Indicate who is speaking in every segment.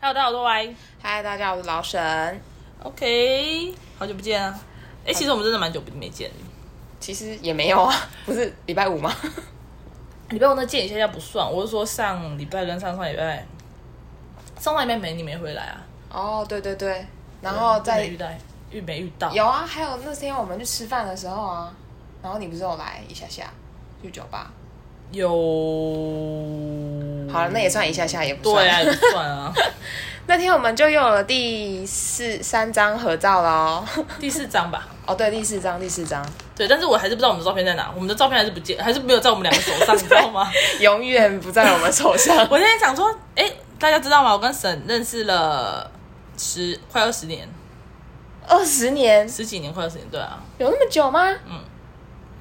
Speaker 1: Hello，大家好，我是 Y。
Speaker 2: 嗨，大家好，我是老沈。
Speaker 1: OK，好久不见啊！哎、其实我们真的蛮久不没见。
Speaker 2: 其实也没有啊， 不是礼拜五吗？
Speaker 1: 礼拜五那见一下下不算，我是说上礼拜跟上上礼拜，上上礼拜没你没回来啊？
Speaker 2: 哦，对对对，然后
Speaker 1: 没
Speaker 2: 哦在
Speaker 1: 遇到，遇没遇到？
Speaker 2: 有啊，还有那天我们去吃饭的时候啊，然后你不是有来一下下去酒吧？
Speaker 1: 有，
Speaker 2: 好了，那也算一下下，也不算。
Speaker 1: 对啊，也不算啊。
Speaker 2: 那天我们就又有了第四三张合照喽。
Speaker 1: 第四张吧。
Speaker 2: 哦，对，第四张，第四 张，
Speaker 1: 对，但是我还是不知道我们的照片在哪，我们的照片还是不见，还是没有在我们两个手上，你知道 吗？
Speaker 2: 永远不在我们手上。
Speaker 1: 我现在想说，哎、大家知道吗？我跟沈认识了十快二十年，
Speaker 2: 二十年
Speaker 1: 十几年，快二十年，对啊。
Speaker 2: 有那么久吗？
Speaker 1: 嗯，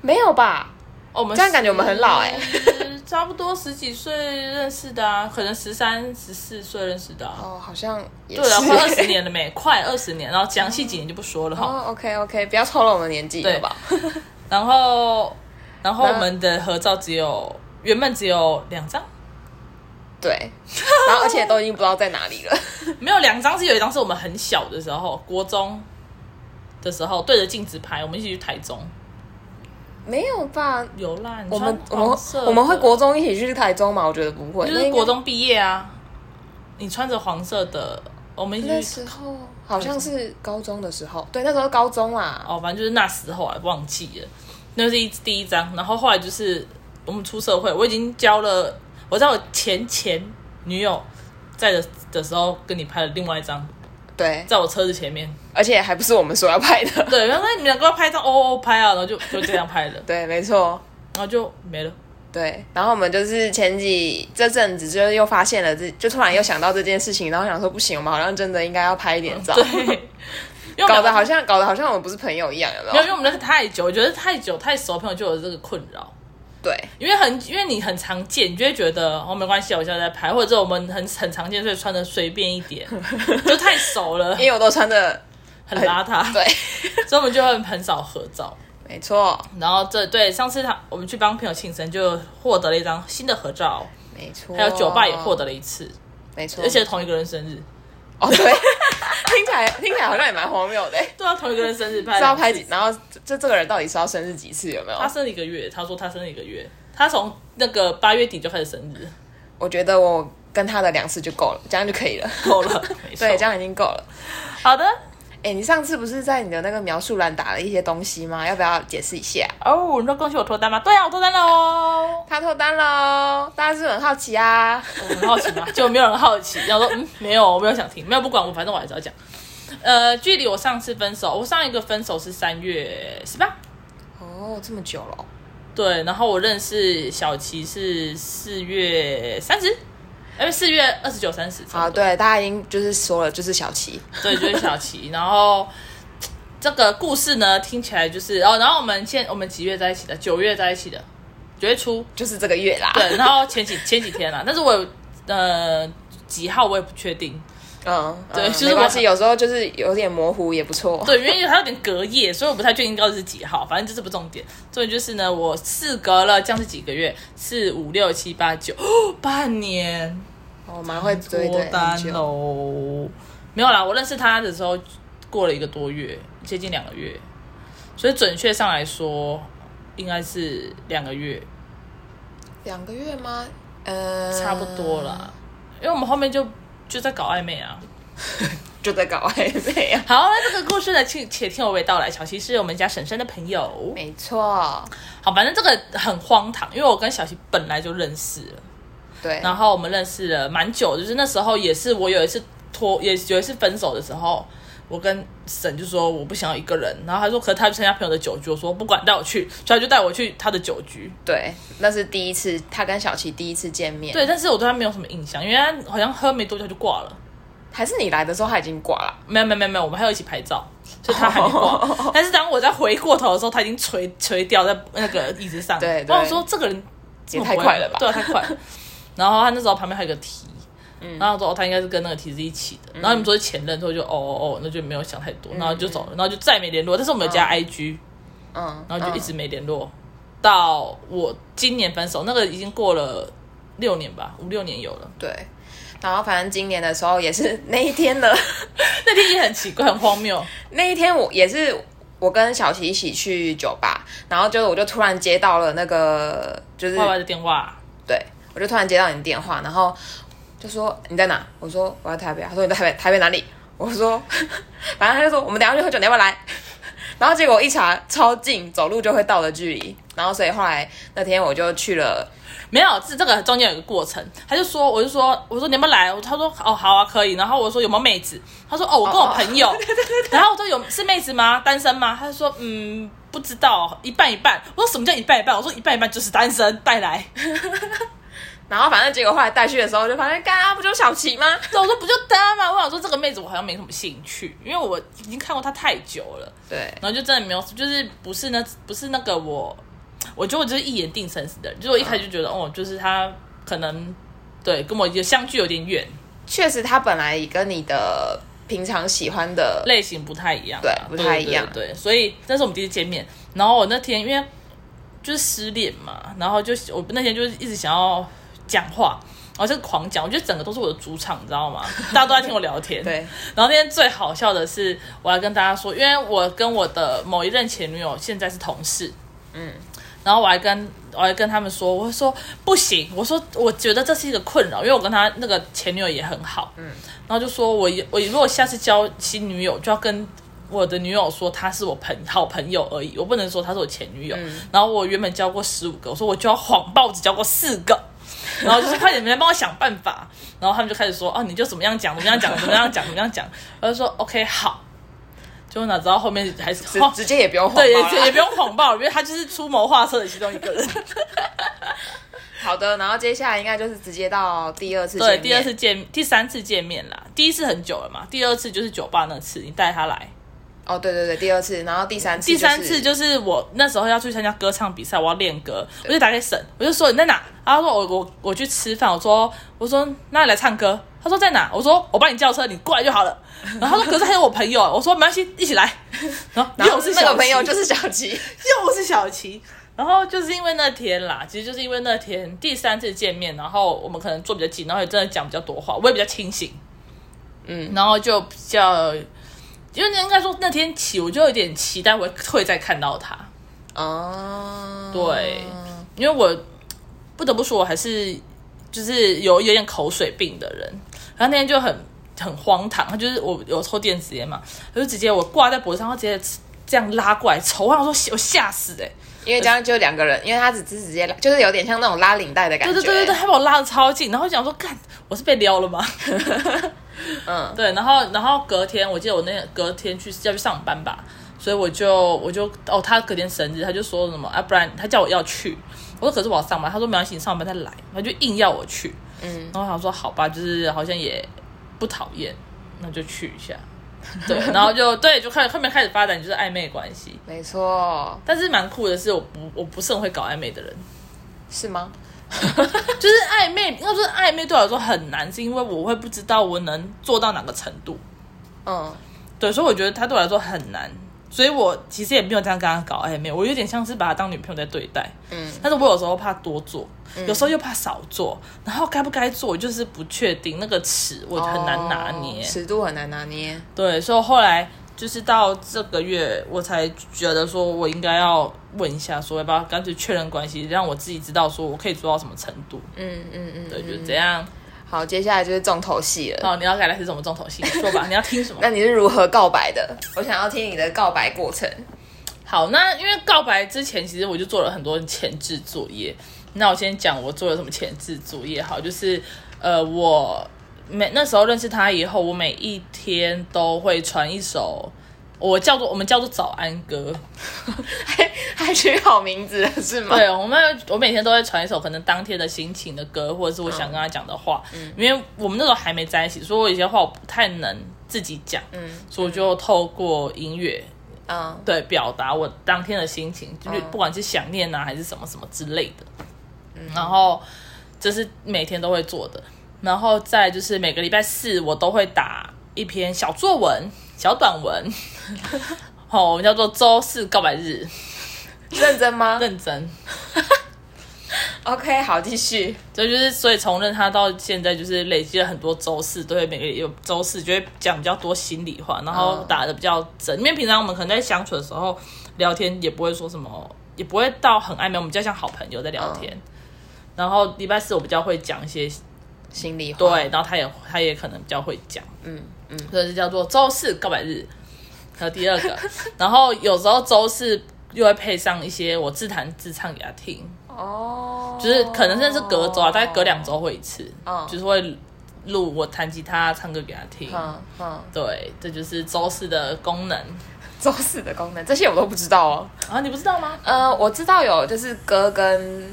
Speaker 2: 没有吧？
Speaker 1: 哦，我们
Speaker 2: 这样感觉我们很老哎
Speaker 1: 十差不多十几岁认识的啊，可能十三、十四岁认识的、啊。
Speaker 2: 哦，好像也
Speaker 1: 对啊，
Speaker 2: 是
Speaker 1: 快二 十。年了没？快二十年，然后详细几年就不说了哈。
Speaker 2: 哦，OK OK，不要透露我们年纪，
Speaker 1: 对
Speaker 2: 好不好？
Speaker 1: 然后，然后
Speaker 2: 那
Speaker 1: 我们的合照只有原本只有两张，
Speaker 2: 对，然后而且都已经不知道在哪 里了。
Speaker 1: 没有两张是有一张是我们很小的时候，国中的时候对着镜子拍，我们一起去台中
Speaker 2: 没有吧？
Speaker 1: 游览。
Speaker 2: 我们我
Speaker 1: 穿黄
Speaker 2: 们
Speaker 1: 色的
Speaker 2: 我们会国中一起去台中吗？我觉得不会，
Speaker 1: 就
Speaker 2: 那
Speaker 1: 是
Speaker 2: 应该
Speaker 1: 国中毕业啊，你穿着黄色的，我们一
Speaker 2: 那
Speaker 1: 起去
Speaker 2: 时候好像是高中的时候，对，那时候高中啦。
Speaker 1: 哦，反正就是那时候啊，忘记了，那是一第一张，然后后来就是我们出社会，我已经交了，我在我前前女友在的的时候跟你拍了另外一张，
Speaker 2: 对，
Speaker 1: 在我车子前面，
Speaker 2: 而且还不是我们所要拍的。
Speaker 1: 对，然后说你们两个要拍一张，哦哦拍啊，然后就就这样拍了，
Speaker 2: 对，没错。
Speaker 1: 然后就没了，
Speaker 2: 对，然后我们就是前几这阵子就又发现了这，就突然又想到这件事情，然后想说不行，我们好像真的应该要拍一点照，
Speaker 1: 哦对。 因为我
Speaker 2: 搞
Speaker 1: 们
Speaker 2: 得好像搞得好像我们不是朋友一样，有没
Speaker 1: 没有，
Speaker 2: 有？
Speaker 1: 因为我们认识太久，我觉得太久太熟，朋友就有这个困扰。
Speaker 2: 对，
Speaker 1: 因为很，因为你很常见，你就会觉得哦没关系，我现在在拍，或者我们很很常见，所以穿的随便一点，就太熟了，
Speaker 2: 因为我都穿的
Speaker 1: 很邋遢，
Speaker 2: 对，
Speaker 1: 所以我们就会很少合照。
Speaker 2: 没错，
Speaker 1: 然后这对上次他我们去帮朋友庆生，就获得了一张新的合照，
Speaker 2: 没错。
Speaker 1: 还有酒吧也获，得了一次，
Speaker 2: 没错，
Speaker 1: 而且同一个人生日。
Speaker 2: 哦，对，听起来听起来好像也蛮荒谬的，
Speaker 1: 对啊，同一个人生日拍
Speaker 2: 是要拍
Speaker 1: 两
Speaker 2: 几
Speaker 1: 次？，
Speaker 2: 然后这这这个人到底是要生日几次？有没有
Speaker 1: 他？生了一个月，他说他生了一个月，他从那个八月底就开始生日，
Speaker 2: 我觉得我跟他的两次就够了，这样就可以了。
Speaker 1: 够 了，没错
Speaker 2: 对，这样已经够了。
Speaker 1: 好的。
Speaker 2: 哎，你上次不是在你的那个描述栏打了一些东西吗？要不要解释一下？
Speaker 1: 哦，你说恭喜我脱单吗？对啊，我脱单了哦。
Speaker 2: 他脱单喽，大家是不是很好奇啊？
Speaker 1: 我很好奇嘛，就没有人好奇，然后说嗯，没有，我没有想听，没有不管我，反正我还是要讲。呃，距离我上次分手，我上一个分手是三月十八，
Speaker 2: 哦，这么久了哦，
Speaker 1: 对，然后我认识小琪是四月三十，哎，四月二十九、三十，
Speaker 2: 好，啊对，大家已经就是说了，就是小琪，
Speaker 1: 对，就是小琪。然后这个故事呢，听起来就是哦，然后我们现我们几月在一起的？九月在一起的，九月初，
Speaker 2: 就是这个月啦。
Speaker 1: 对，然后前几前几天啦，啊但是我有呃几号我也不确定，
Speaker 2: 嗯，
Speaker 1: 对
Speaker 2: 嗯
Speaker 1: 就是
Speaker 2: 没
Speaker 1: 我
Speaker 2: 关系，有时候就是有点模糊也不错。
Speaker 1: 对，因为它有点隔夜，所以我不太确定到底是几号。反正这是不重点，重点就是呢，我事隔了这样是几个月，四五六七八九，哦半年
Speaker 2: 哦，蛮会
Speaker 1: 脱
Speaker 2: 追的，很
Speaker 1: 单
Speaker 2: 久
Speaker 1: 喽。没有啦，我认识他的时候过了一个多月，接近两个月，所以准确上来说应该是两个月，
Speaker 2: 两个月吗？呃，
Speaker 1: 差不多啦。因为我们后面就就在搞暧昧啊。
Speaker 2: 就在搞暧 昧啊。
Speaker 1: 好，那这个故事呢，请且听我娓道来。小七是我们家婶婶的朋友，
Speaker 2: 没错，
Speaker 1: 好，反正这个很荒唐，因为我跟小琪本来就认识了，
Speaker 2: 对，
Speaker 1: 然后我们认识了蛮久，就是那时候也是我有一次拖，也有一次分手的时候，我跟沈就说我不想要一个人，然后他说可是他去参加朋友的酒局，我说不管带我去，所以他就带我去他的酒局。
Speaker 2: 对，那是第一次，他跟小琪第一次见面。，
Speaker 1: 对，但是我对他没有什么印象，因为他好像喝没多久就挂了。
Speaker 2: 还是你来的时候他已经挂了。
Speaker 1: 没有没有没有没有，我们还有一起拍照，就他还没挂。
Speaker 2: 哦
Speaker 1: 但是当我在回过头的时候，他已经垂垂掉在那个椅子上。
Speaker 2: 对对
Speaker 1: 然后我说这个人这么
Speaker 2: 也太快了吧
Speaker 1: 对，太快了。然后他那时候旁边还有个题，
Speaker 2: 嗯
Speaker 1: 然后我说哦，他应该是跟那个题是一起的。然后你们说是前任，所以我就哦哦哦，那就没有想太多，然后就走了，然后就再也没联络。但是我们有加 IG，
Speaker 2: 嗯，
Speaker 1: 然后就一
Speaker 2: 嗯
Speaker 1: 直没联络，到我今年分手，那个已经过了六年吧，五六年有了。
Speaker 2: 对。然后反正今年的时候也是那一天的，
Speaker 1: 那天也很奇怪，很荒谬。
Speaker 2: 那一天我也是我跟小琪一起去酒吧，然后就我就突然接到了那个就是
Speaker 1: 坏坏的电话，
Speaker 2: 对，我就突然接到你电话，然后就说你在哪？我说我在台北。他说你在台北，台北哪里？我说， 反正他就说我们等一下去喝酒，你要不要来？然后结果我一查，超近，走路就会到的距离。然后所以后来那天我就去了，
Speaker 1: 没有，这这个中间有一个过程，他就说，我就说，我说你要不要来？他说哦好啊可以，然后我说有没有妹子？他说哦我跟我朋友，然后我说有是妹子吗？单身吗？他就说嗯不知道，一半一半。我说什么叫一半一半？我说一半一半就是单身带来，
Speaker 2: 然后反正结果后来带去的时候就发现，干啊不就是小琪吗？
Speaker 1: 我说不就单吗？我想说这个妹子我好像没什么兴趣，因为我已经看过她太久了，
Speaker 2: 对，
Speaker 1: 然后就真的没有，就是不是那不是那个我，我觉得我就是一眼定生死的人，就是我一开始就觉得、哦就是她可能对跟我有相距有点远。
Speaker 2: 确实他本来跟你的平常喜欢的，
Speaker 1: 类型不太一样啊，
Speaker 2: 对不太一样
Speaker 1: 对对对所以那是我们第一次见面，然后我那天因为就是失恋嘛，然后就我那天就是一直想要讲话，然后就狂讲，我觉得整个都是我的主场，你知 道吗？大家都在听我聊天。。
Speaker 2: 对，
Speaker 1: 然后那天最好笑的是，我来跟大家说，因为我跟我的某一任前女友现在是同事，
Speaker 2: 嗯，
Speaker 1: 然后我还跟我还跟他们说，我说不行，我说我觉得这是一个困扰，因为我跟他那个前女友也很好，嗯，然后就说我我如果下次交新女友，就要跟我的女友说她是我朋好朋友而已，我不能说她是我前女友。然后我原本交过十五个，我说我就要谎报只交过四个， 然后就是快点，你们帮我想办法。然后他们就开始说，哦，你就怎么样讲，怎么样讲，怎么样讲，怎么样讲。我就说 OK 好，结果哪知道后面还是
Speaker 2: 直
Speaker 1: 哦
Speaker 2: 直接也不用谎
Speaker 1: 对，也
Speaker 2: 报了
Speaker 1: 也不用谎报，因为他就是出谋划策的其中一个人。
Speaker 2: 好的，然后接下来应该就是直接到第二次见
Speaker 1: 对，
Speaker 2: 面，
Speaker 1: 第二次见，第三次见面啦，第一次很久了嘛，第二次就是酒吧那次，你带他来。
Speaker 2: 哦，对对对，第二次，然后第三次、
Speaker 1: 第三次就是我那时候要去参加歌唱比赛，我要练歌，我就打给沈，我就说你在哪？然后他说我我我去吃饭，我说我说那你来唱歌，他说在哪？我说我帮你叫车，你过来就好了。然后他说可是还有我朋友，啊我说没关系，一起来。然后
Speaker 2: 然后
Speaker 1: 又是
Speaker 2: 那
Speaker 1: 小
Speaker 2: 个朋友
Speaker 1: 琪
Speaker 2: 就是小琪，
Speaker 1: 又是小琪。然后就是因为那天啦，其实就是因为那天第三次见面，然后我们可能坐比较近，然后也真的讲比较多话，我也比较清醒，嗯，然后就比较，因为应该说那天起，我就有点期待我会再看到他，
Speaker 2: 哦，
Speaker 1: 对，因为我不得不说，我还是就是有有点口水病的人。然后那天就很很荒唐，他就是我有抽电子烟嘛，他就直接我挂在脖子上，他直接这样拉过来抽，我想说我吓死哎、欸
Speaker 2: 因为这样就两个人，因为他只是直接拉就是有点像那种拉领带的感觉，
Speaker 1: 对对对对对，他把我拉的超近，然后讲说干，我是被撩了吗？
Speaker 2: 嗯，
Speaker 1: 对，然后然后隔天，我记得我那天隔天去要去上班吧，所以我就我就哦，他隔天生日，他就说什么啊，不然他叫我要去，我说可是我要上班，他说没关系，你上班再来，他就硬要我去，
Speaker 2: 嗯，
Speaker 1: 然后我想说好吧，就是好像也不讨厌，那就去一下，对，然后就对，就开始后面开始发展就是暧昧关系，
Speaker 2: 没错，
Speaker 1: 但是蛮酷的是，我不我不是很会搞暧昧的人，
Speaker 2: 是吗？
Speaker 1: 就是暧昧，应该说暧昧对我来说很难，是因为我会不知道我能做到哪个程度。
Speaker 2: 嗯，
Speaker 1: 对，所以我觉得他对我来说很难，所以我其实也没有这样跟他搞暧昧，我有点像是把他当女朋友在对待。
Speaker 2: 嗯，
Speaker 1: 但是我有时候怕多做，有时候又怕少做，然后该不该做我就是不确定，那个尺我很难拿捏。
Speaker 2: 哦尺度很难拿捏，
Speaker 1: 对，所以后来就是到这个月，我才觉得说我应该要问一下，说要不要干脆确认关系，让我自己知道说我可以做到什么程度。
Speaker 2: 嗯嗯嗯，
Speaker 1: 对，就是这样。
Speaker 2: 好，接下来就是重头戏了。
Speaker 1: 哦，你要改来是什么重头戏？说吧，你要听什么？
Speaker 2: 那你是如何告白的？我想要听你的告白过程。
Speaker 1: 好，那因为告白之前，其实我就做了很多前置作业。那我先讲我做了什么前置作业。好，就是呃，我每那时候认识他以后，我每一天都会传一首。我叫做我们叫做早安歌，
Speaker 2: 还取好名字了是吗？
Speaker 1: 对，我们我每天都会传一首可能当天的心情的歌，或者是我想跟他讲的话，因为我们那时候还没在一起，所以我有些话我不太能自己讲，所以我就透过音乐
Speaker 2: 嗯，
Speaker 1: 对表达我当天的心情，就是
Speaker 2: 嗯
Speaker 1: 不管是想念啊还是什么什么之类的。嗯然后这是每天都会做的，然后再就是每个礼拜四我都会打一篇小作文、小短文，好，我们叫做周四告白日，
Speaker 2: 认真吗？
Speaker 1: 认真。
Speaker 2: OK，好，继续。
Speaker 1: 这就是所以从认他到现在，就是累积了很多周四，对每个有周四就会讲比较多心里话，然后
Speaker 2: 嗯
Speaker 1: 打的比较真。因为平常我们可能在相处的时候聊天，也不会说什么，也不会到很暧昧，我们比较像好朋友在聊天。
Speaker 2: 嗯
Speaker 1: 然后礼拜四我比较会讲一些
Speaker 2: 心里话。
Speaker 1: 对，，然后他也他也可能比较会讲，
Speaker 2: 嗯嗯，
Speaker 1: 所以就叫做周四告白日。还有第二个，然后有时候周四又会配上一些我自弹自唱给他听，
Speaker 2: 哦，
Speaker 1: 就是可能甚至隔周啊，大概隔两周会一次，
Speaker 2: 嗯
Speaker 1: 就是会录我弹吉他、唱歌给他听。
Speaker 2: 嗯嗯，
Speaker 1: 对，这就是周四的功能
Speaker 2: 周四的功能，这些我都不知道哦。
Speaker 1: 啊，你不知道吗？
Speaker 2: 呃，我知道有就是歌跟，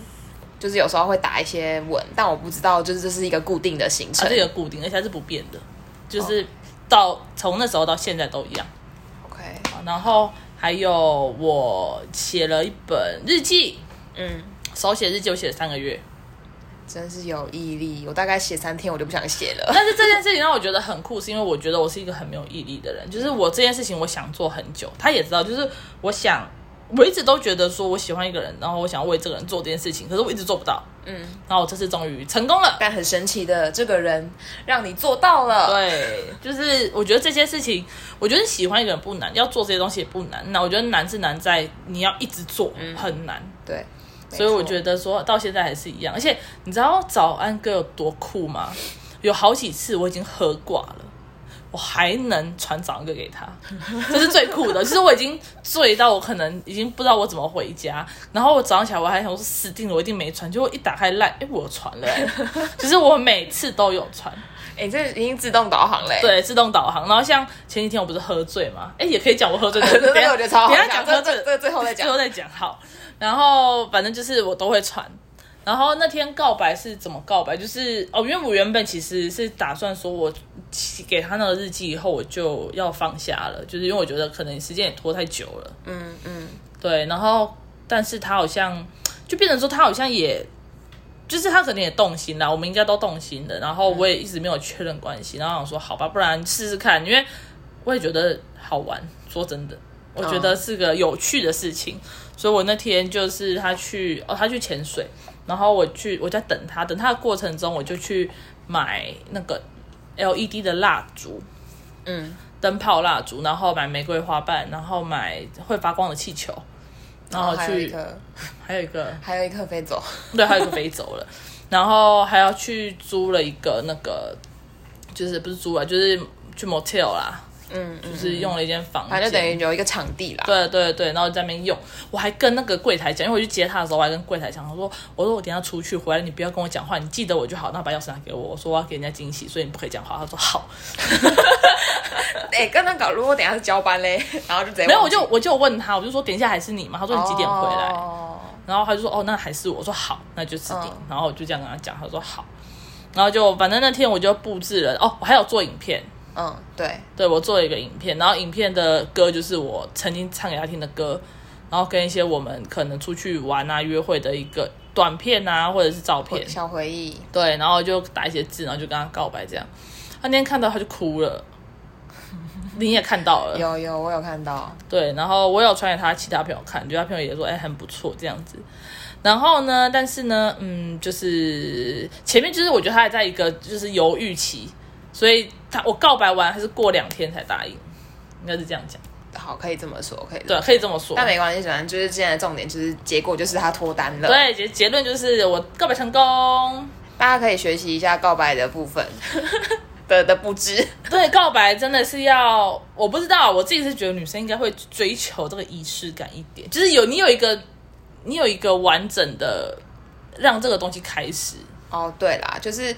Speaker 2: 就是有时候会打一些吻，但我不知道就是这是一个固定的行
Speaker 1: 啊，
Speaker 2: 程。
Speaker 1: 这个固定，而且它是不变的，就是到从那时候到现在都一样。
Speaker 2: OK，
Speaker 1: 啊然后还有我写了一本日记，
Speaker 2: 嗯，
Speaker 1: 手写日记，我写了三个月。
Speaker 2: 真是有毅力。我大概写三天，我就不想写了。
Speaker 1: 但是这件事情让我觉得很酷，是因为我觉得我是一个很没有毅力的人。就是我这件事情，我想做很久，他也知道。就是我想，我一直都觉得说我喜欢一个人，然后我想为这个人做这件事情，可是我一直做不到。
Speaker 2: 嗯，
Speaker 1: 然后我这次终于成功了。
Speaker 2: 但很神奇的，这个人让你做到了。
Speaker 1: 对，就是我觉得这些事情，我觉得喜欢一个人不难，要做这些东西也不难。那我觉得难是难在你要一直做，很难。
Speaker 2: 对，
Speaker 1: 所以我
Speaker 2: 得
Speaker 1: 觉得说到现在还是一样。而且你知道早安歌有多酷吗？有好几次我已经喝挂了。我还能传早安歌给他，这是最酷的。就是我已经醉到我可能已经不知道我怎么回家，然后我早上起来我还想说死定了，我一定没传。结果一打开赖，哎、我传了、欸，就是我每次都有传，
Speaker 2: 哎、这已经自动导航嘞、，
Speaker 1: 对，自动导航。然后像前几天我不是喝醉嘛，哎、也可以讲我喝 醉的
Speaker 2: 这
Speaker 1: 事，
Speaker 2: 个我觉得超好
Speaker 1: 等一
Speaker 2: 笑
Speaker 1: 下。讲
Speaker 2: 这
Speaker 1: 喝
Speaker 2: 这
Speaker 1: 醉
Speaker 2: 这，个最后再讲
Speaker 1: 最。后再讲好。然后反正就是我都会传。然后那天告白是怎么告白？就是哦，因为我原本其实是打算说我起给他那个日记以后我就要放下了，就是因为我觉得可能时间也拖太久了。
Speaker 2: 嗯嗯，
Speaker 1: 对，然后但是他好像就变成说他好像也。就是他可能也动心了，我们应该都动心的。然后
Speaker 2: 嗯
Speaker 1: 我也一直没有确认关系，然后想说好吧，不然试试看，因为我也觉得好玩。说真的，我觉
Speaker 2: 嗯
Speaker 1: 得是个有趣的事情，所以我那天就是他去哦，他去潜水，然后我去我在等他，等他的过程中我就去买那个 LED 的蜡烛，
Speaker 2: 嗯，
Speaker 1: 灯泡蜡烛，然后买玫瑰花瓣，然后买会发光的气球， 然后
Speaker 2: 哦还有一
Speaker 1: 去
Speaker 2: 颗，
Speaker 1: 还有一个
Speaker 2: 还有一颗飞走。
Speaker 1: 对，还有一个飞走了，然后还要去租了一个那个，就是不是租啊，就是去 motel 啦，
Speaker 2: 嗯，嗯
Speaker 1: 就是用了一间房
Speaker 2: 反
Speaker 1: 间，
Speaker 2: 正就等于有一个场地啦。
Speaker 1: 对对对，然后在那边用，我还跟那个柜台讲，因为我去接他的时候，我还跟柜台讲，我说我说我等一下出去回来，你不要跟我讲话，你记得我就好，然后把钥匙拿给我，我说我要给人家惊喜，所以你不可以讲话，他说好，
Speaker 2: 哎、刚刚搞，如果等一下是交班嘞， 然后就直接
Speaker 1: 没有，我
Speaker 2: 忘记
Speaker 1: 就我就问他，我就说等一下还是你吗？他说你几点回来？
Speaker 2: 哦
Speaker 1: 然后他就说哦，那还是我我说好，那就指定。
Speaker 2: 嗯
Speaker 1: 然后我就这样跟他讲，他说好。然后就反正那天我就布置了哦，我还有做影片，
Speaker 2: 嗯，对，
Speaker 1: 对我做了一个影片，然后影片的歌就是我曾经唱给他听的歌，然后跟一些我们可能出去玩啊、约会的一个短片啊，或者是照片
Speaker 2: 回，小回忆，
Speaker 1: 对，然后就打一些字，然后就跟他告白这样。他那天看到他就哭了，你也看到了，
Speaker 2: 有有，我有看到，
Speaker 1: 对，然后我有传给他其他朋友看，就他朋友也说，哎、很不错这样子。然后呢，但是呢，嗯，就是前面就是我觉得他还在一个就是犹豫期，所以他我告白完还是过两天才答应，应该是这样讲，
Speaker 2: 好，可以这么说，可以这
Speaker 1: 对，
Speaker 2: 么
Speaker 1: 可以这么说
Speaker 2: 但。没关系，反正就是现在的重点就是结果就是他脱单了，，
Speaker 1: 对，结结论就是我告白成功。
Speaker 2: 大家可以学习一下告白的 部分的的布置，
Speaker 1: 对，告白真的是要，我不知道，我自己是觉得女生应该会追求这个仪式感一点，就是有你有一个你有一个完整的让这个东西开始，
Speaker 2: 哦，对啦，就是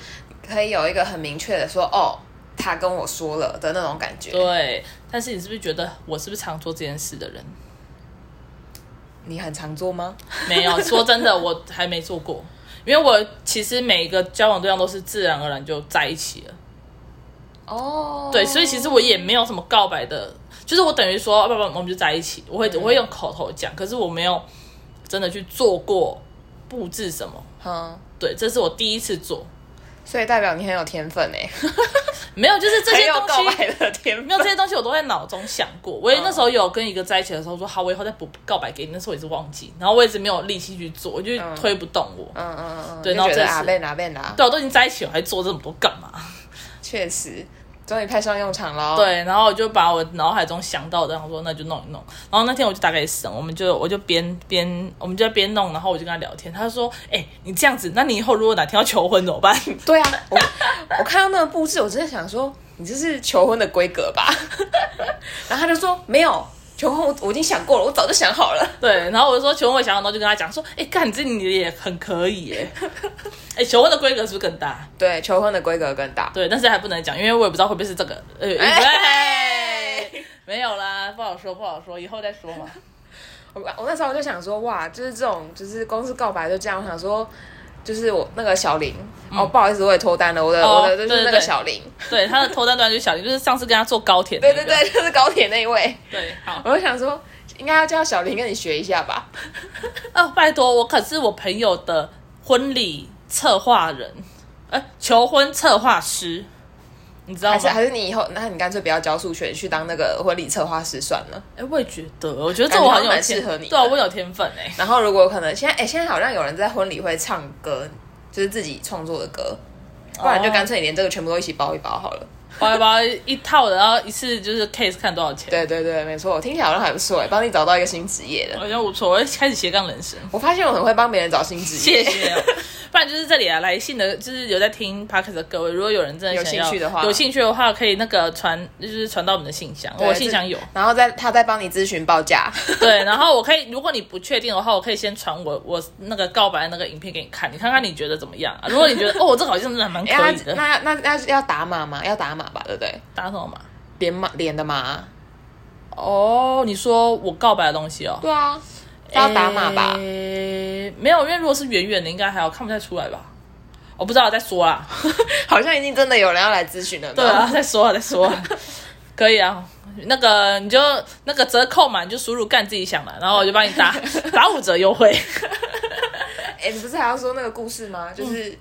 Speaker 2: 可以有一个很明确的说，哦，他跟我说了的那种感觉，
Speaker 1: 对，但是你是不是觉得我是不是常做这件事的人？
Speaker 2: 你很常 做吗？
Speaker 1: 没有，说真的，我还没做过， 因为我其实每一个交往对象都是自然而然就在一起了。
Speaker 2: 哦，
Speaker 1: 对，所以其实我也没有什么告白的，就是我等于说，啊不不，我们就在一起，我
Speaker 2: 嗯
Speaker 1: 会我会用口头讲，可是我没有真的去做过布置什么。
Speaker 2: 嗯。
Speaker 1: 对，这是我第一次做，
Speaker 2: 所以代表你很有天分哎、
Speaker 1: 没有，就是这
Speaker 2: 很
Speaker 1: 些
Speaker 2: 有
Speaker 1: 东
Speaker 2: 告
Speaker 1: 西
Speaker 2: 白的 天
Speaker 1: 没有
Speaker 2: 分。
Speaker 1: 这些东西，我都在脑中想过。我也那时候有跟一个在一起的时候说，好，我以后再补告白给你。那时候我一直忘记，然后我一直没有力气去做，我就推不动我。
Speaker 2: 嗯嗯嗯，
Speaker 1: 对
Speaker 2: 就
Speaker 1: 然后
Speaker 2: 觉得
Speaker 1: 这
Speaker 2: 啊
Speaker 1: 次
Speaker 2: 被拿被拿，
Speaker 1: 对，我都已经在一起了，我还做这么多干嘛？
Speaker 2: 确实，终于派上用场了。，哦
Speaker 1: 对，然后我就把我脑海中想到的，然后说那就弄一弄。然后那天我就打给沈，我们就我就边边我们就在边弄，然后我就跟他聊天。他说：“哎、你这样子，那你以后如果哪天要求婚怎么办？
Speaker 2: 对啊，我 我看到那个布置，我真的想说，你这是求婚的规格吧？ 然后他就说没有求婚我，我已经想过了，我早就想好了。
Speaker 1: 对，然后我就说求婚我想要，然后就跟他讲说：“哎、干，你这你也很可以耶。 哎，求婚的规格是不是更大？
Speaker 2: 对，求婚的规格更大。
Speaker 1: 对，但是还不能讲，因为我也不知道会不会是这个。呃，
Speaker 2: 哎
Speaker 1: 喂 没有啦，不好说，不好说，以后再说嘛。
Speaker 2: 我我那时候就想说，哇，就是这种，就是公司告白就这样。我想说，就是我那个小林，哦，不好意思，我也脱单了，我的、
Speaker 1: 哦
Speaker 2: 我的就
Speaker 1: 对
Speaker 2: 是
Speaker 1: 对
Speaker 2: 那个
Speaker 1: 对
Speaker 2: 小林，
Speaker 1: 对，他的头单段就是小林，就是上次跟他坐高铁、那
Speaker 2: 对
Speaker 1: 个。
Speaker 2: 对对，就是高铁那一位。
Speaker 1: 对，好。
Speaker 2: 我就想说，应该要叫小林跟你学一下吧。
Speaker 1: 哦，拜托，我可是我朋友的婚礼策划人，哎、求婚策划师，你知道
Speaker 2: 还是
Speaker 1: 吗？
Speaker 2: 还是你以后，那你干脆不要教数学，去当那个婚礼策划师算了。
Speaker 1: 哎、我也觉得，我觉得这我很有
Speaker 2: 感觉
Speaker 1: 天，
Speaker 2: 好像蛮适合你的
Speaker 1: 对啊，我有天分哎、
Speaker 2: 然后如果可能，现在哎、现在好像有人在婚礼会唱歌，就是自己创作的歌，不然就干脆你连这个全部都一起包一包好了。
Speaker 1: 包一包一套的，然后一次就是 case 看多少钱，
Speaker 2: 对对对，没错，我听起来好像还不错哎，帮你找到一个新职业的。
Speaker 1: 好像不错。我开始斜杠人生。
Speaker 2: 我发现我很会帮别人找新职业，
Speaker 1: 谢谢哦。不然就是这里啊，来信的，就是有在听 p o d c a s t 的各位，如果有人真的想要
Speaker 2: 有兴趣的话
Speaker 1: 有兴趣的话可以那个传，就是传到我们的信箱，
Speaker 2: 对
Speaker 1: 我信箱有
Speaker 2: 这。然后再他再帮你咨询报价，
Speaker 1: 对，然后我可以，如果你不确定的话，我可以先传我我那个告白的那个影片给你看，你看看你觉得怎么样 啊？如果你觉得哦，这个好像真的还蛮可
Speaker 2: 哎、
Speaker 1: 以
Speaker 2: 那
Speaker 1: 的，
Speaker 2: 那那那要打码吗？要打码吧，对不对？
Speaker 1: 打什么嘛？
Speaker 2: 连码连的码，
Speaker 1: 哦，你说我告白的东西哦，
Speaker 2: 对啊，要打码吧。
Speaker 1: 诶没有，因为如果是远远的，应该还好看不太出来吧？我不知道，再说啦。
Speaker 2: 好像已经真的有人要来咨询了呢。
Speaker 1: 对啊，再说啊，再说啊， 可以啊。那个你就那个折扣嘛，你就输入干自己想的，然后我就帮你打打五折优惠。
Speaker 2: 哎、你不是还要说那个故事吗？就是、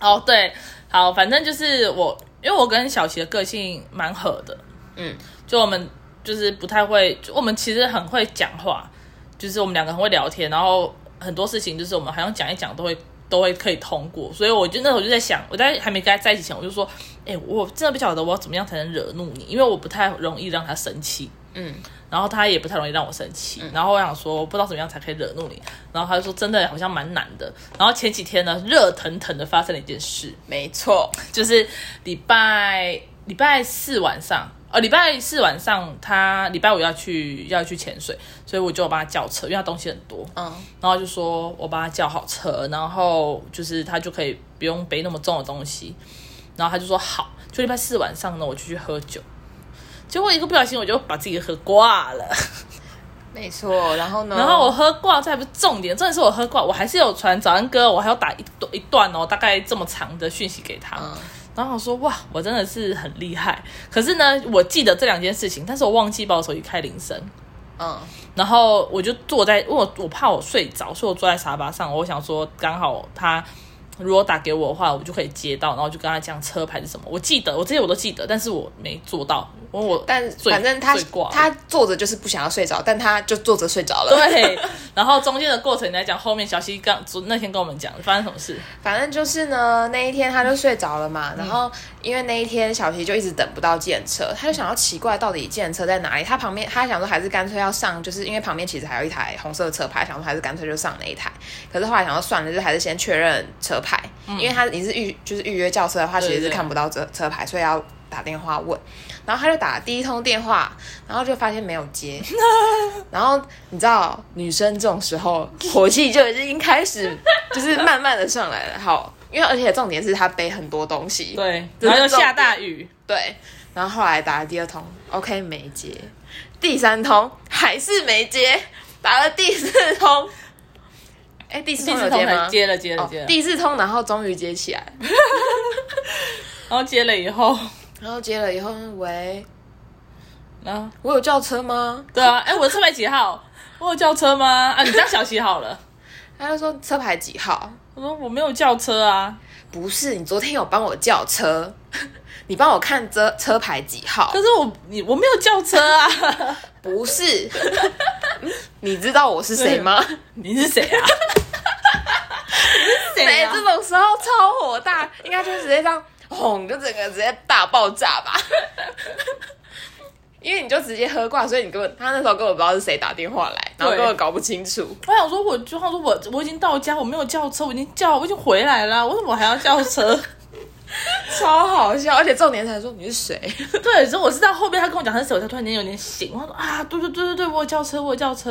Speaker 1: 哦，对，好，反正就是我，因为我跟小琪的个性蛮合的，
Speaker 2: 嗯，
Speaker 1: 就我们就是不太会，就我们其实很会讲话，就是我们两个很会聊天，然后很多事情就是我们好像讲一讲都会都会可以通过，所以我就那时候就在想，我在还没跟他在一起前，我就说，哎、我真的不晓得我要怎么样才能惹怒你，因为我不太容易让他生气，
Speaker 2: 嗯，
Speaker 1: 然后他也不太容易让我生气，然后我想说，我不知道怎么样才可以惹怒你，然后他就说真的好像蛮难的，然后前几天呢，热腾腾的发生了一件事，
Speaker 2: 没错，
Speaker 1: 就是礼拜礼拜四晚上，呃，礼拜四晚上他礼拜五要去要去潜水，所以我就帮他叫车，因为他东西很多，
Speaker 2: 嗯，
Speaker 1: 然后就说我帮他叫好车，然后就是他就可以不用背那么重的东西，然后他就说好，就礼拜四晚上呢，我就去喝酒。结果一个不小心我就把自己喝挂了，
Speaker 2: 没错。然后呢？
Speaker 1: 然后我喝挂，这还不是重点，重点是我喝挂，我还是有传早安哥，我还要打一段一段哦，大概这么长的讯息给他。
Speaker 2: 嗯，
Speaker 1: 然后我说哇，我真的是很厉害。可是呢，我记得这两件事情，但是我忘记把我手机开铃声。
Speaker 2: 嗯，
Speaker 1: 然后我就坐在，因为我我怕我睡着，所以我坐在沙发上。我想说，刚好他如果打给我的话，我就可以接到，然后就跟他讲车牌是什么。我记得，我这些我都记得，但是我没做到，因为我
Speaker 2: 但
Speaker 1: 醉
Speaker 2: 反正他
Speaker 1: 醉挂了
Speaker 2: 他坐着就是不想要睡着，但他就坐着睡着了。，
Speaker 1: 对。然后中间的过程来讲，后面小西刚那天跟我们讲发生什么事，
Speaker 2: 反正就是呢，那一天他就睡着了嘛。
Speaker 1: 嗯
Speaker 2: 然后因为那一天小琪就一直等不到计程车，他就想要奇怪到底计程车在哪里。他旁边他想说还是干脆要上，就是因为旁边其实还有一台红色的车牌，想说还是干脆就上那一台。
Speaker 1: 嗯
Speaker 2: 可是后来想说算了，就还是先确认车牌，因为他你是预就是预约轿车的话，
Speaker 1: 对
Speaker 2: 其实是
Speaker 1: 对
Speaker 2: 看不到车车牌，所以要打电话问。然后他就打第一通电话，然后就发现没有接。然后你知道，女生这种时候火气就已经开始，就是慢慢的上来了。好，因为而且重点是她背很多东西，
Speaker 1: 对，
Speaker 2: 这
Speaker 1: 然
Speaker 2: 是
Speaker 1: 后又
Speaker 2: 重点
Speaker 1: 下大雨，
Speaker 2: 对。然后后来打了第二通，OK 没接，第三通还是没接，打了第四通， 哎，第四
Speaker 1: 第
Speaker 2: 通
Speaker 1: 四
Speaker 2: 有
Speaker 1: 通
Speaker 2: 接
Speaker 1: 才
Speaker 2: 吗？
Speaker 1: 接了接了
Speaker 2: 哦
Speaker 1: 接了，
Speaker 2: 第四通，然后终于接起来，
Speaker 1: 然后接了以后，
Speaker 2: 然后接了以后，喂，
Speaker 1: 然后。
Speaker 2: 我有叫车吗？
Speaker 1: 对啊，哎、我的车牌几号？我有叫车吗？啊，你叫小琪好了。
Speaker 2: 他就说车牌几号？
Speaker 1: 我说我没有叫车啊，
Speaker 2: 不是，你昨天有帮我叫车， 你帮我看车车牌几号
Speaker 1: 可？是我你我没有叫车啊，
Speaker 2: 不是， 你知道我是谁吗？
Speaker 1: 你是谁啊？你是谁
Speaker 2: 哎、
Speaker 1: 啊？
Speaker 2: 这种时候超火大，应该就直接这样轰，就整个直接大爆炸吧。 因为你就直接喝挂，所以你根本他那时候根本不知道是谁打电话来，然后
Speaker 1: 对
Speaker 2: 根本搞不清楚。
Speaker 1: 我想说我，就想说我我已经到家，我没有叫车，我已经叫，我已经回来了，啊为什么我还要叫车？
Speaker 2: 超好笑，而且重点才说你是谁，
Speaker 1: 对，所以我是到后面他跟我讲他是谁，我才突然间有点醒。我说啊，对对对对对，我有叫车，我有叫车。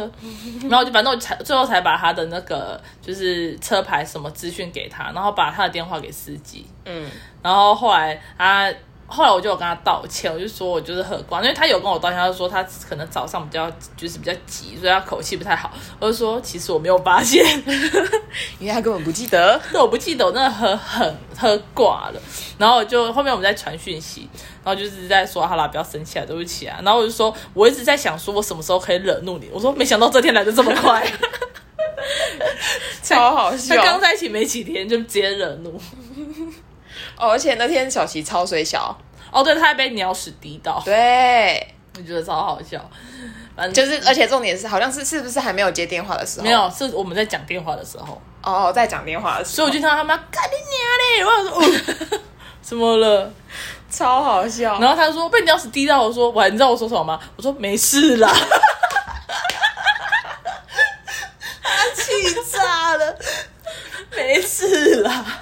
Speaker 1: 然后我就反正我才最后才把他的那个就是车牌什么资讯给他，然后把他的电话给司机。
Speaker 2: 嗯，
Speaker 1: 然后后来他。后来我就有跟他道歉，我就说我就是喝光，因为他有跟我道歉，他就说他可能早上比较就是比较急，所以他口气不太好。我就说其实我没有发现，
Speaker 2: 因为他根本不记得。
Speaker 1: 对，我不记得，我真的喝很喝挂了。然后我就后面我们在传讯息，然后就是在说好啦，不要生气啊，对不起啊。然后我就说，我一直在想说我什么时候可以惹怒你。我说没想到这天来的这么 快，
Speaker 2: 超好
Speaker 1: 就
Speaker 2: 笑。
Speaker 1: 刚在一起没几天就直接惹怒。
Speaker 2: 哦，而且那天小琪超水小，
Speaker 1: 哦，对，他还被鸟屎滴到，
Speaker 2: 对，
Speaker 1: 我觉得超好笑。反正
Speaker 2: 就是而且重点是，好像是是不是还没有接电话的时 候？
Speaker 1: 没有，是我们在讲电话的时候，
Speaker 2: 哦，在讲电话的时
Speaker 1: 所以
Speaker 2: 候，
Speaker 1: 我就听到他妈干你娘嘞，我想 说，哦怎么了？
Speaker 2: 超好笑。
Speaker 1: 然后他说被鸟屎滴到，我说我还你知道我说什么吗？我说没事啦。他气炸了，没事啦，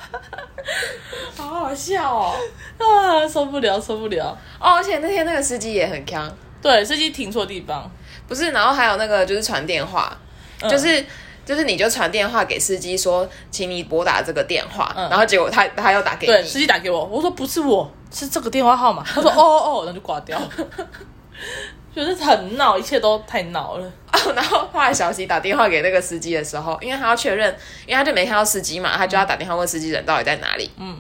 Speaker 2: 好好笑哦。
Speaker 1: 啊，受不了，受不了。
Speaker 2: 哦，而且那天那个司机也很强，
Speaker 1: 对，司机停错地方，
Speaker 2: 不是？然后还有那个就是传电话，
Speaker 1: 嗯
Speaker 2: 就是。就是你就传电话给司机说，请你拨打这个电话，
Speaker 1: 嗯
Speaker 2: 然后结果他他又打给
Speaker 1: 对，
Speaker 2: 你，
Speaker 1: 司机打给我，我说不是我，是这个电话号码。他说哦哦哦，然后就挂掉。 觉得很闹，一切都太闹了。
Speaker 2: 哦，然后后来小琪打电话给那个司机的时候，因为他要确认，因为他就没看到司机嘛，他就要打电话问司机人到底在哪里。
Speaker 1: 嗯，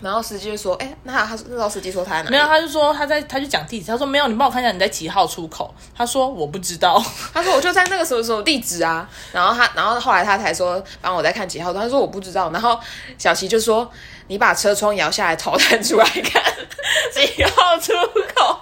Speaker 2: 然后司机就说：“哎、那他那时候司机说他在哪里？”
Speaker 1: 没有，他就说他在，他就讲地址。他说没有，你帮我看一下你在几号出口。他说我不知道。
Speaker 2: 他说我就在那个什么什么地址啊。然后他，然后后来他才说帮我再看几号，他说我不知道。然后小琪就说：“你把车窗摇下来，头探出来看几号出口。”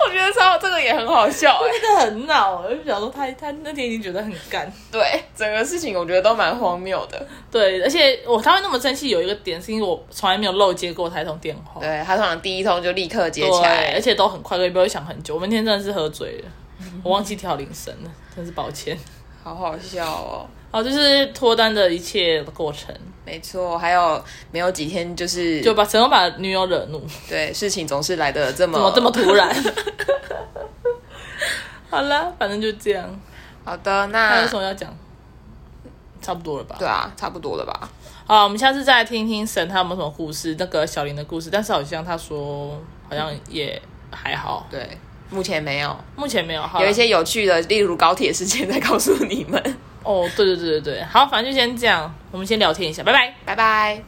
Speaker 2: 我觉得超这个也很好笑哎、
Speaker 1: 真的很闹，我就想说他他那天已经觉得很干。
Speaker 2: 对，整个事情我觉得都蛮荒谬的。
Speaker 1: 对，而且我他会那么生气，有一个点是因为我从来没有漏接过台通电话，
Speaker 2: 对他通常第一通就立刻接起来
Speaker 1: 对，，而且都很快，也不会想很久。我们那天真的是喝醉了，
Speaker 2: 嗯
Speaker 1: 我忘记调铃声了，真是抱歉。
Speaker 2: 好好笑哦。
Speaker 1: 好，就是脱单的一切的过程，
Speaker 2: 没错，还有没有几天就是
Speaker 1: 就把成功把女友惹 怒，
Speaker 2: 对事情总是来的这么
Speaker 1: 怎么这么突然？ 好了，反正就这样。
Speaker 2: 好的？
Speaker 1: 还有
Speaker 2: 那
Speaker 1: 什么要讲？差不多了吧？
Speaker 2: 对啊，差不多了吧？
Speaker 1: 好，我们下次再来听听神他有没有什么故事，那个小林的故事。但是好像他说好像也还好，
Speaker 2: 对，目前没有，
Speaker 1: 目前没有。好啦
Speaker 2: 有一些有趣的，例如高铁事件，再告诉你们。
Speaker 1: 哦，对对对对对，好，反正就先这样，我们先聊天一下，拜拜。
Speaker 2: 拜拜。